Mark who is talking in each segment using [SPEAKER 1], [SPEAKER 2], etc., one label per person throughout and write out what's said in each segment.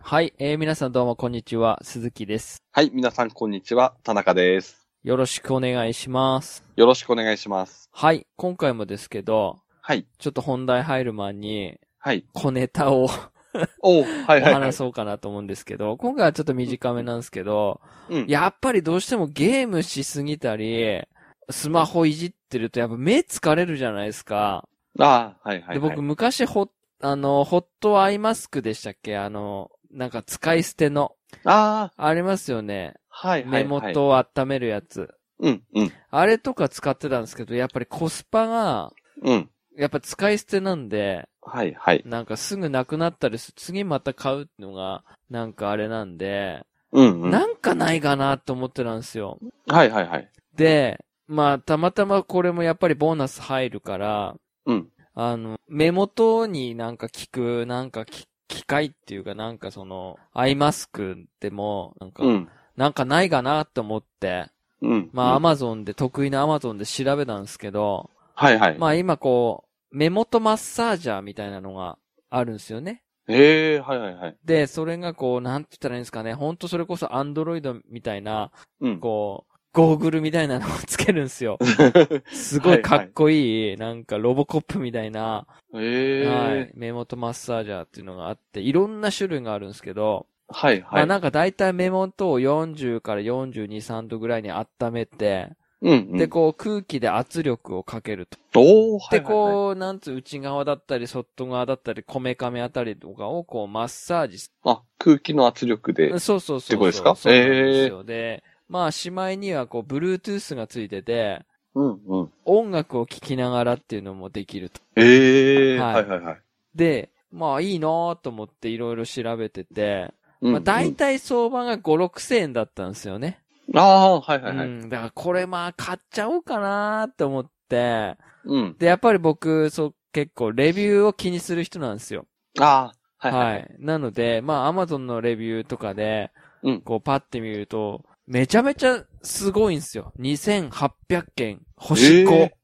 [SPEAKER 1] はい、えー皆さんどうもこんにちは、鈴木です。
[SPEAKER 2] はい、皆さんこんにちは、田中です。
[SPEAKER 1] よろしくお願いします。
[SPEAKER 2] よろしくお願いします。
[SPEAKER 1] はい、今回もですけど、
[SPEAKER 2] はい、
[SPEAKER 1] ちょっと本題入る前に、
[SPEAKER 2] はい。
[SPEAKER 1] 小ネタをお
[SPEAKER 2] おう、はいはい、はい
[SPEAKER 1] 話。そうかなと思うんですけど、今回はちょっと短めなんですけど、
[SPEAKER 2] うん。
[SPEAKER 1] やっぱりどうしてもゲームしすぎたり、スマホいじってるとやっぱ目疲れるじゃないですか。
[SPEAKER 2] ああ、はいはい、はい。
[SPEAKER 1] で、僕昔ホッ、あの、ホットアイマスクでしたっけあの、なんか使い捨ての。
[SPEAKER 2] ああ、
[SPEAKER 1] ありますよね。
[SPEAKER 2] はいはい、は
[SPEAKER 1] 目
[SPEAKER 2] い。
[SPEAKER 1] 元を温めるやつ。
[SPEAKER 2] うん、うん、
[SPEAKER 1] あれとか使ってたんですけど、やっぱりコスパが、
[SPEAKER 2] うん。
[SPEAKER 1] やっぱ使い捨てなんで、
[SPEAKER 2] はいはい。
[SPEAKER 1] なんかすぐなくなったりする。次また買うのが、なんかあれなんで、
[SPEAKER 2] うん、うん。はい
[SPEAKER 1] なんかないかなと思ってたんですよ。
[SPEAKER 2] はいはい。
[SPEAKER 1] で、まあ、たまたまこれもやっぱりボーナス入るから、
[SPEAKER 2] うん。
[SPEAKER 1] あの、目元になんか効く、なんかき機械っていうかなんかその、アイマスクでも、なんか、
[SPEAKER 2] うん。
[SPEAKER 1] なんかないかなと思って、
[SPEAKER 2] うん。
[SPEAKER 1] まあ、ア
[SPEAKER 2] ま、
[SPEAKER 1] マゾンで、得意なアマゾンで調べたんですけど、
[SPEAKER 2] はい はい。
[SPEAKER 1] まあ今こう、目元マッサージャーみたいなのがあるんですよね。
[SPEAKER 2] ええはいはいはい。
[SPEAKER 1] で、それがこう、なんて言ったらいいんですかね。ほんとそれこそアンドロイドみたいな、
[SPEAKER 2] うん。
[SPEAKER 1] こう、ゴーグルみたいなのをつけるん ですよ。すご
[SPEAKER 2] はいい
[SPEAKER 1] かっこいい、なんかロボコップみたいな、
[SPEAKER 2] ええ
[SPEAKER 1] はい、目元マッサージャーっていうのがあって、いろんな種類があるんですけど、
[SPEAKER 2] はい
[SPEAKER 1] ま
[SPEAKER 2] は
[SPEAKER 1] あ
[SPEAKER 2] い。
[SPEAKER 1] なんか大体目元を40から42、3度ぐらいに温めて、
[SPEAKER 2] うん、うん。
[SPEAKER 1] で、こう空気で圧力をかけると。
[SPEAKER 2] おー、はい
[SPEAKER 1] で、
[SPEAKER 2] はいはい。
[SPEAKER 1] こう、なんつう、内側だったり、外側だったり、こめかみあたりとかを、こう、マッサージす
[SPEAKER 2] あ、空気の圧力で
[SPEAKER 1] る。。そうそうそうそう。
[SPEAKER 2] ってことですか
[SPEAKER 1] そうなんですよ。で、まあ、しまいには、こう、Bluetooth がついてて、
[SPEAKER 2] うん、うん。
[SPEAKER 1] 音楽を聴きながらっていうのもできると。
[SPEAKER 2] ええ
[SPEAKER 1] はい
[SPEAKER 2] はいはいはい。
[SPEAKER 1] で、まあ、いいなぁと思って、いろいろ調べてて、
[SPEAKER 2] うん
[SPEAKER 1] まあ、大体相場が5、6千円だったんですよね。
[SPEAKER 2] うんああー、はいはいは
[SPEAKER 1] う
[SPEAKER 2] い。
[SPEAKER 1] ん。だから、これまあ、買っちゃおうかなぁと思って、
[SPEAKER 2] うん。
[SPEAKER 1] で、やっぱり僕、そう、結構、レビューを気にする人なんですよ。
[SPEAKER 2] ああ、はい
[SPEAKER 1] は
[SPEAKER 2] はい。
[SPEAKER 1] い。なので、まあ、アマゾンのレビューとかで、
[SPEAKER 2] うん
[SPEAKER 1] こう、パッて見ると、めちゃめちゃすごいんですよ。2800件、星5、
[SPEAKER 2] え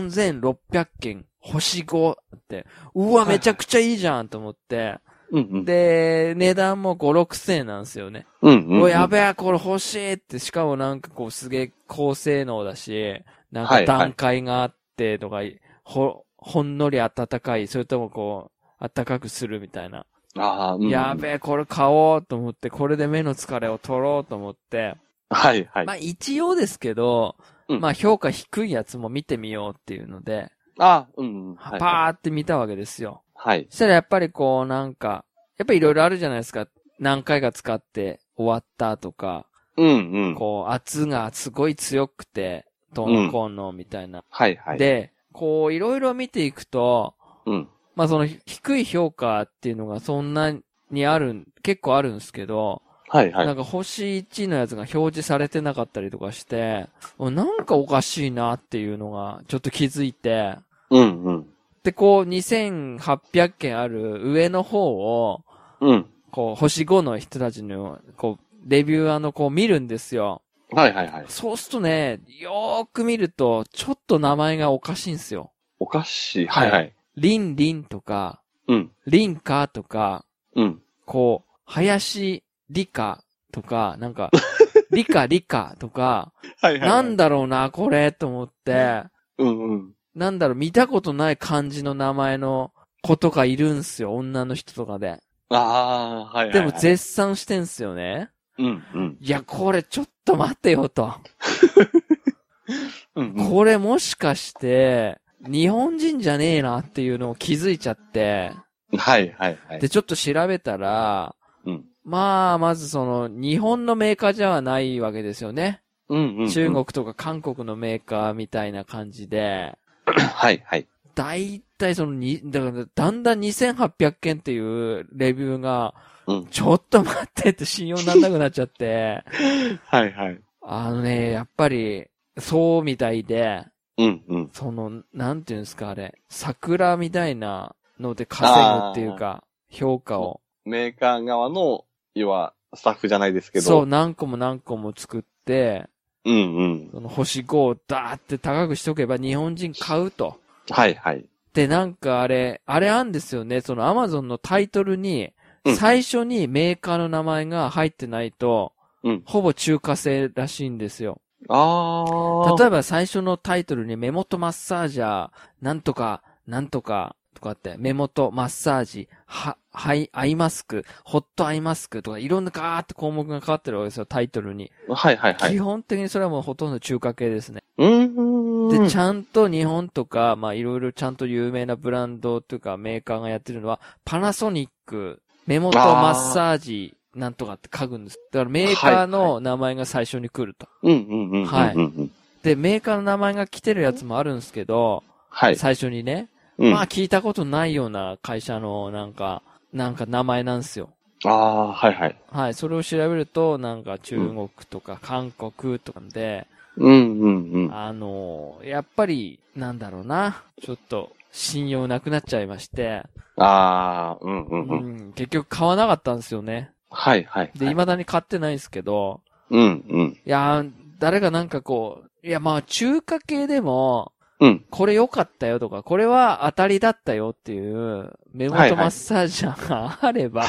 [SPEAKER 1] 3600件、星5って、うわ、
[SPEAKER 2] はい
[SPEAKER 1] めちゃくちゃいいじゃんと思って、
[SPEAKER 2] うん、うん。
[SPEAKER 1] で、値段も5、6000円なんですよね。
[SPEAKER 2] うん、
[SPEAKER 1] う
[SPEAKER 2] うん。
[SPEAKER 1] わ、やべえ、これ欲しいって、しかもなんかこう、すげえ高性能だし、なん
[SPEAKER 2] は
[SPEAKER 1] か
[SPEAKER 2] いはい
[SPEAKER 1] 段階があってとか、ほ、ほんのり暖かい、それともこう、暖かくするみたいな。
[SPEAKER 2] ああ、うんうん。
[SPEAKER 1] やべえ、これ買おうと思って、これで目の疲れを取ろうと思って、
[SPEAKER 2] はいはい。
[SPEAKER 1] まあ一応ですけど、
[SPEAKER 2] うん
[SPEAKER 1] まあ評価低いやつも見てみようっていうので、
[SPEAKER 2] あ、うん。はい
[SPEAKER 1] パーって見たわけですよ。
[SPEAKER 2] はい。
[SPEAKER 1] そしたらやっぱりこうなんか、やっぱいろいろあるじゃないですか。何回か使って終わったとか、
[SPEAKER 2] うんうん。
[SPEAKER 1] こう圧がすごい強くて、どうのこうのみたいな。
[SPEAKER 2] はいはい。、
[SPEAKER 1] で、こういろいろ見ていくと、
[SPEAKER 2] うん。
[SPEAKER 1] まあその低い評価っていうのがそんなにあるん、結構あるんですけど、
[SPEAKER 2] はいは。
[SPEAKER 1] ないんか星1のやつが表示されてなかったりとかして、おなんかおかしいなっていうのがちょっと気づいて、
[SPEAKER 2] うんうん。
[SPEAKER 1] で、こう2800件ある上の方を、
[SPEAKER 2] うん。
[SPEAKER 1] こう星5の人たちの、こう、レビューアーのこう見るんですよ。
[SPEAKER 2] はいはいはい。
[SPEAKER 1] そうするとね、よーく見ると、ちょっと名前がおかしいんですよ。
[SPEAKER 2] おかしい。
[SPEAKER 1] は
[SPEAKER 2] はいいはい。
[SPEAKER 1] リンリンとか、
[SPEAKER 2] うん。
[SPEAKER 1] リンカとか、
[SPEAKER 2] うん。
[SPEAKER 1] こう、林理科とか、なんか、理科理科とか、
[SPEAKER 2] はいはい。
[SPEAKER 1] なん
[SPEAKER 2] だ
[SPEAKER 1] だろうな、これ、と思って、
[SPEAKER 2] うんうん。
[SPEAKER 1] なんだろう、見たことない漢字の名前の子とかいるんすよ、女の人とかで。
[SPEAKER 2] ああ、はいはい。
[SPEAKER 1] でも絶賛してんすよね。
[SPEAKER 2] うんうん。
[SPEAKER 1] いや、これちょっと待てよと。
[SPEAKER 2] うんうん。
[SPEAKER 1] これもしかして、日本人じゃねえなっていうのを気づいちゃって、
[SPEAKER 2] はいはいはい。
[SPEAKER 1] で、ちょっと調べたら、
[SPEAKER 2] うん。
[SPEAKER 1] まあ、まずその、日本のメーカーじゃないわけですよね。
[SPEAKER 2] うんうん。
[SPEAKER 1] 中。国とか韓国のメーカーみたいな感じで、
[SPEAKER 2] はいはい。
[SPEAKER 1] だいたいそのに、だから、だんだん2800件っていうレビューが、
[SPEAKER 2] うん
[SPEAKER 1] ちょっと待ってって信用なんなくなっちゃ って、
[SPEAKER 2] はいはい。
[SPEAKER 1] あのね、やっぱり、そうみたいで、
[SPEAKER 2] うんうん。
[SPEAKER 1] その、なんていうんですか、あれ、桜みたいなので稼ぐっていうか、評価を。
[SPEAKER 2] メーカー側の、要は、スタッフじゃないですけど。
[SPEAKER 1] そう、。何個も何個も作って、
[SPEAKER 2] うんうん。
[SPEAKER 1] その星5をダーって高くしとけば日本人買うと。
[SPEAKER 2] はいはい。
[SPEAKER 1] で、なんかあれ、あれあんですよね。そのアマゾンのタイトルに、
[SPEAKER 2] うん
[SPEAKER 1] 最初にメーカーの名前が入ってないと、
[SPEAKER 2] うん
[SPEAKER 1] ほぼ中華製らしいんですよ。
[SPEAKER 2] あー。
[SPEAKER 1] 例
[SPEAKER 2] え
[SPEAKER 1] えば最初のタイトルにメモとマッサージャー、なんとか、なんとか、とかって、メモとマッサージ、は、はい、アイマスク、ホットアイマスクとか、いろんなガーって項目が変わってるわけですよ、タイトルに。
[SPEAKER 2] ば。はいはいはい。
[SPEAKER 1] 基
[SPEAKER 2] う
[SPEAKER 1] 本的にそれはもうほとんど中華系ですね。
[SPEAKER 2] ー
[SPEAKER 1] で、
[SPEAKER 2] ん。
[SPEAKER 1] ちゃんと日本とか、まあ、いろいろちゃんと有名なブランドというかメーカーがやってるのは、パナソニック、目元マッサージ、なんとかって書くんです。だからメーカーの名前が最初に来ると。
[SPEAKER 2] うんうんうんうんうんうん。
[SPEAKER 1] はいで、メーカーの名前が来てるやつもあるんですけど、
[SPEAKER 2] はい。
[SPEAKER 1] 最初にね、
[SPEAKER 2] うん。
[SPEAKER 1] まあ
[SPEAKER 2] あ
[SPEAKER 1] 聞いたことないような会社のなんか、なんか名前なんですよ。
[SPEAKER 2] あー、はいはい。
[SPEAKER 1] はい、それを調べると、なんか中国とか韓国とかで、
[SPEAKER 2] うんうんうん。
[SPEAKER 1] あのーやっぱり、なんだろうな、ちょっと信用なくなっちゃいまして、
[SPEAKER 2] ああ、うんう
[SPEAKER 1] うん
[SPEAKER 2] うん。
[SPEAKER 1] ん、結局買わなかったんですよね。
[SPEAKER 2] はいはい。
[SPEAKER 1] で、、未だに買ってないんですけど、
[SPEAKER 2] うんうん。
[SPEAKER 1] いやー、誰がなんかこう、いやまあ中華系でも、
[SPEAKER 2] うん
[SPEAKER 1] これ良かったよとか、これは当たりだったよっていう、目
[SPEAKER 2] はい
[SPEAKER 1] 元
[SPEAKER 2] はい
[SPEAKER 1] マッサージャーがあ れば、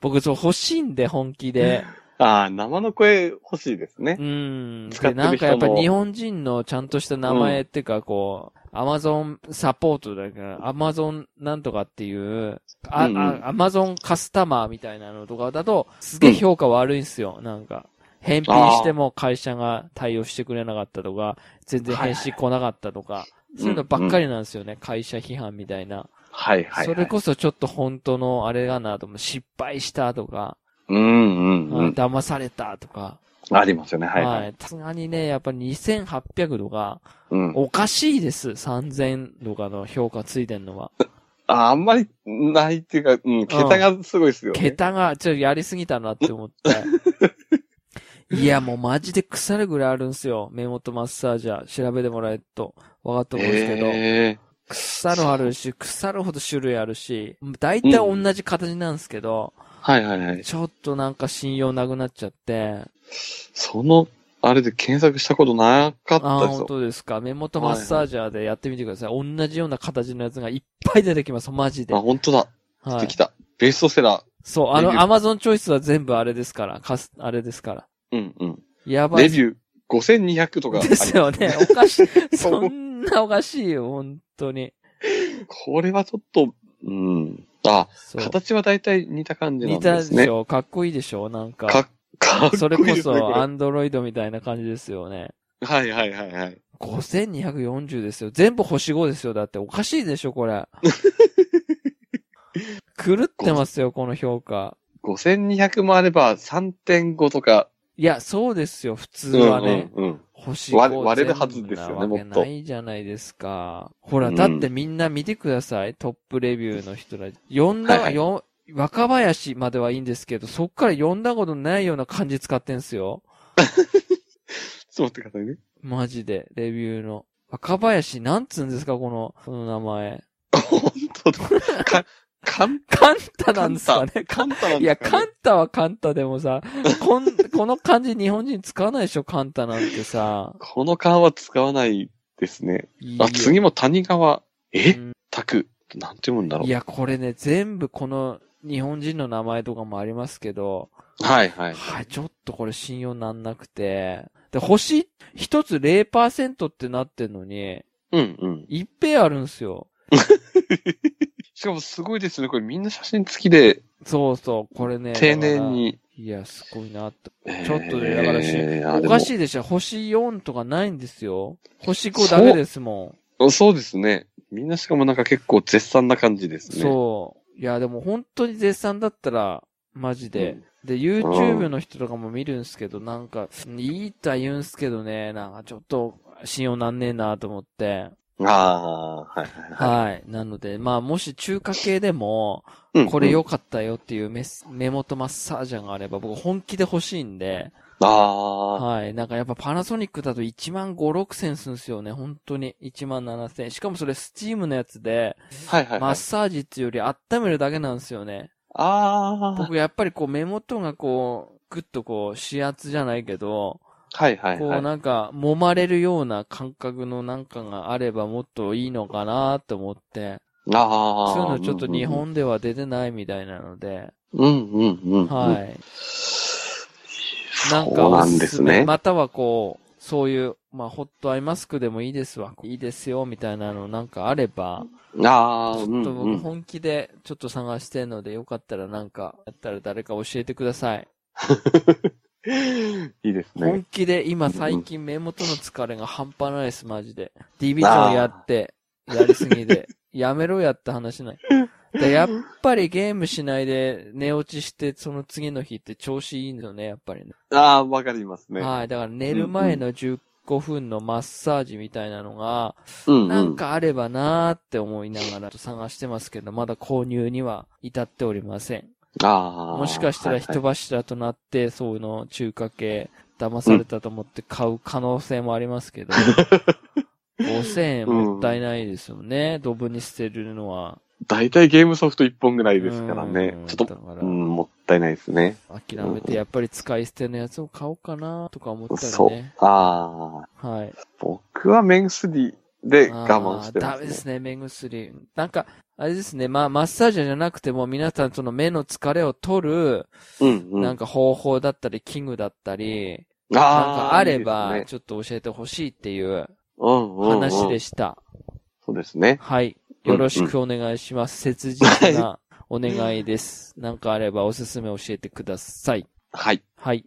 [SPEAKER 1] 僕そう欲しいんで、本気で。
[SPEAKER 2] ああ、生の声欲しいですね
[SPEAKER 1] う。ん。
[SPEAKER 2] 使
[SPEAKER 1] で、
[SPEAKER 2] ってる人も
[SPEAKER 1] なんかやっぱ日本人のちゃんとした名前っていうか、こう、アマゾンサポートだから、アマゾンなんとかっていう、あ、
[SPEAKER 2] うんうん
[SPEAKER 1] あアマゾンカスタマーみたいなのとかだと、すげえ評価悪いんすよ、なんか。返品しても会社が対応してくれなかったとか、全然返信来なかったとか、そういうのばっかりなんですよね、会社批判みたいな。
[SPEAKER 2] はいはい。
[SPEAKER 1] それこそちょっと本当のあれだなと思う、失敗したとか、
[SPEAKER 2] そ。うんうんうん。
[SPEAKER 1] 騙されたとか、
[SPEAKER 2] ありますよね、は
[SPEAKER 1] はいい、
[SPEAKER 2] はい。
[SPEAKER 1] さすがにね、やっぱり2800とか、
[SPEAKER 2] うん。
[SPEAKER 1] おかしいです。3000とかの評価ついてんのは。
[SPEAKER 2] ああんまりないっていうか、うん、桁がすごいですよね。
[SPEAKER 1] 桁が、ちょっとやりすぎたなって思って。いや、もうマジで腐るぐらいあるんすよ。目元マッサージャー。調べてもらえると分かったと思うんですけど。
[SPEAKER 2] え
[SPEAKER 1] 腐るあるし、腐るほど種類あるし、大体同じ形なんですけど、
[SPEAKER 2] ーはいはいはい。
[SPEAKER 1] ちょっとなんか信用なくなっちゃって。
[SPEAKER 2] その、あれで検索したことなかっ
[SPEAKER 1] あ
[SPEAKER 2] た
[SPEAKER 1] あ、
[SPEAKER 2] です
[SPEAKER 1] 本
[SPEAKER 2] よ。
[SPEAKER 1] 当ですか。目元マッサージャーでやってみてください。同じような形のやつがいっぱい出てきます。マジで。
[SPEAKER 2] あ、本当だ。出
[SPEAKER 1] は
[SPEAKER 2] て
[SPEAKER 1] い
[SPEAKER 2] き。た。ベストセラ
[SPEAKER 1] そう、あの
[SPEAKER 2] レ、ビュー
[SPEAKER 1] アマゾンチョイスは全部あれですから。かす、あれですから。
[SPEAKER 2] ー。うんうん。
[SPEAKER 1] やばい。
[SPEAKER 2] レビュー5200とかあり
[SPEAKER 1] で
[SPEAKER 2] ますす。
[SPEAKER 1] よ ね。おかしい。
[SPEAKER 2] そ
[SPEAKER 1] そ
[SPEAKER 2] う
[SPEAKER 1] んなおかしいよ、本当に。
[SPEAKER 2] これはちょっと、うん。あ、
[SPEAKER 1] そう。
[SPEAKER 2] 形は大体似た感じなん
[SPEAKER 1] 似た
[SPEAKER 2] で
[SPEAKER 1] です
[SPEAKER 2] ね
[SPEAKER 1] し。ょかっこいいでしょなんか。
[SPEAKER 2] かっ、かっこいいですね。
[SPEAKER 1] それこ
[SPEAKER 2] れ
[SPEAKER 1] そ、アンドロイドみたいな感じですよね。
[SPEAKER 2] はいはいはいはい。
[SPEAKER 1] 5240ですよ。全部星5ですよ。だっておかしいでしょ、こ れ。狂ってますよ、この評価。
[SPEAKER 2] 5200もあれば3.5とか。
[SPEAKER 1] いや、そうですよ、普通はね。
[SPEAKER 2] うんうんうん。
[SPEAKER 1] 星
[SPEAKER 2] 割
[SPEAKER 1] 5
[SPEAKER 2] 割れるはずですよ
[SPEAKER 1] 全
[SPEAKER 2] ね
[SPEAKER 1] 部なわけ
[SPEAKER 2] もっと
[SPEAKER 1] ないじゃないですか。ほら、
[SPEAKER 2] うん
[SPEAKER 1] だってみんな見てください。トップレビューの人ら。呼んだ、
[SPEAKER 2] はいはい
[SPEAKER 1] よ若林まではいいんですけど、そっから呼んだことないような漢字使ってんすよ。
[SPEAKER 2] ちょっと待ってくださいね。
[SPEAKER 1] マジで、レビューの。若林、なんつうんですか、この、この名前。
[SPEAKER 2] 本当だ。か、かん、
[SPEAKER 1] カンタなんですかね。
[SPEAKER 2] か
[SPEAKER 1] カン
[SPEAKER 2] んたなん
[SPEAKER 1] い
[SPEAKER 2] で
[SPEAKER 1] や、
[SPEAKER 2] すか
[SPEAKER 1] カ
[SPEAKER 2] ね
[SPEAKER 1] ンタはカンタでもさ、こん、 この漢字日本人使わないでしょ、カンタなんてさ。
[SPEAKER 2] この勘は使わないですね。
[SPEAKER 1] いいよ
[SPEAKER 2] あ、次も谷川。え
[SPEAKER 1] うん
[SPEAKER 2] たく。なんて読むんだろ。
[SPEAKER 1] いうや、これね、全部この日本人の名前とかもありますけど、
[SPEAKER 2] はいはい。
[SPEAKER 1] はい、ちょっとこれ信用なんなくて、で、星一つ0%ってなってんのに、
[SPEAKER 2] うんうん。
[SPEAKER 1] 一平あるんすよ。
[SPEAKER 2] しかもすごいですね。これみんな写真付きで、
[SPEAKER 1] そうそう、これね。
[SPEAKER 2] 丁寧に。
[SPEAKER 1] だから。いや、すごいなって。
[SPEAKER 2] えー
[SPEAKER 1] ちょっとねだからし
[SPEAKER 2] いや
[SPEAKER 1] おか
[SPEAKER 2] で
[SPEAKER 1] しいでしょ星4とかないんですよ。星5だけですも
[SPEAKER 2] もそうですね。みんなしかもなんか結構絶賛な感じで
[SPEAKER 1] ん。
[SPEAKER 2] すね。
[SPEAKER 1] そう。いや、でも本当に絶賛だったら、マジで。
[SPEAKER 2] うん
[SPEAKER 1] で、YouTube の人とかも見るんすけど、なんか、いいとは言うんすけどね、なんかちょっと、信用なんねえなと思って。
[SPEAKER 2] ああ、はいはいはい。
[SPEAKER 1] はい。なので、まあ、もし中華系でも、
[SPEAKER 2] うん
[SPEAKER 1] これ。良かったよっていうメス、目元マッサージャーがあれば、僕本気で欲しいんで、
[SPEAKER 2] うんああ、
[SPEAKER 1] はい。なんかやっぱパナソニックだと1万5、6千すんすよね、本当に。1万7千。しかもそれスチームのやつで、
[SPEAKER 2] はいはい
[SPEAKER 1] マ
[SPEAKER 2] は
[SPEAKER 1] ッ
[SPEAKER 2] い。
[SPEAKER 1] サージっていうより温めるだけなんですよね。
[SPEAKER 2] ああ、
[SPEAKER 1] 僕やっぱりこう目元がこう、ぐっとこう、指圧じゃないけど、
[SPEAKER 2] はいはい
[SPEAKER 1] こ
[SPEAKER 2] は
[SPEAKER 1] う
[SPEAKER 2] い。
[SPEAKER 1] なんか、揉まれるような感覚のなんかがあればもっといいのかなと思って。
[SPEAKER 2] ああ。
[SPEAKER 1] そういうのちょっと日本では出てないみたいなので、
[SPEAKER 2] うんうんうんうん。。
[SPEAKER 1] はいい。
[SPEAKER 2] そ
[SPEAKER 1] なんか
[SPEAKER 2] う
[SPEAKER 1] お
[SPEAKER 2] なんですす
[SPEAKER 1] すめ、
[SPEAKER 2] ね。
[SPEAKER 1] またはこう、そういう、まあ、ホットアイマスクでもいいですわ、いいですよ、みたいなのなんかあれば、
[SPEAKER 2] ああ、
[SPEAKER 1] ちょ
[SPEAKER 2] う
[SPEAKER 1] っ
[SPEAKER 2] ん
[SPEAKER 1] と
[SPEAKER 2] う
[SPEAKER 1] 僕
[SPEAKER 2] ん。
[SPEAKER 1] 本気でちょっと探してんので、よかったらなんか、やったら誰か教えてください。
[SPEAKER 2] いいですね
[SPEAKER 1] 本。気で今最近目元の疲れが半端ないです、マジで。ディビジョンやって、やりすぎで。やめろやって話ない。でやっぱりゲームしないで寝落ちして、その次の日って調子いいんだよね、やっぱりね。
[SPEAKER 2] ああ、わかりますね。
[SPEAKER 1] はい。だから寝る前の15分のマッサージみたいなのが、
[SPEAKER 2] うんうん。
[SPEAKER 1] なんかあればなーって思いながら探してますけど、まだ購入には至っておりません。
[SPEAKER 2] ああ。
[SPEAKER 1] もしかしたら
[SPEAKER 2] はい
[SPEAKER 1] 人柱となって、そういうの中華系、騙されたと思って買う可能性もあります けど、5000円もったいないですよね、ドブに捨てるのは。
[SPEAKER 2] 大体ゲームソフト1本ぐらいですからね
[SPEAKER 1] う。ん
[SPEAKER 2] ちょっ
[SPEAKER 1] だ
[SPEAKER 2] と、
[SPEAKER 1] か
[SPEAKER 2] う
[SPEAKER 1] ら、
[SPEAKER 2] ん、もったいないですね。
[SPEAKER 1] 諦めてやっぱり使い捨てのやつを買おうかなとか思った
[SPEAKER 2] そ
[SPEAKER 1] り
[SPEAKER 2] う
[SPEAKER 1] ね。。
[SPEAKER 2] ああ。
[SPEAKER 1] はい。
[SPEAKER 2] 僕はメンスリで我慢して
[SPEAKER 1] あーダ
[SPEAKER 2] ます、
[SPEAKER 1] メ
[SPEAKER 2] ね。
[SPEAKER 1] ですね、目薬。なんか、あれですね、まあ、マッサージじゃなくても、皆さんその目の疲れを取る、
[SPEAKER 2] うんうん。
[SPEAKER 1] なんか方法だったり、器具だったり、
[SPEAKER 2] あ
[SPEAKER 1] なん
[SPEAKER 2] ー
[SPEAKER 1] かあれば
[SPEAKER 2] いい、ですね
[SPEAKER 1] ちょっと教えてほしいっていう
[SPEAKER 2] うんうんうん
[SPEAKER 1] 話でした。
[SPEAKER 2] そうですね。
[SPEAKER 1] はい。よろしくお願いします。切実 なお願いです。なんかあればおすすめ教えてください。
[SPEAKER 2] はい。
[SPEAKER 1] はい。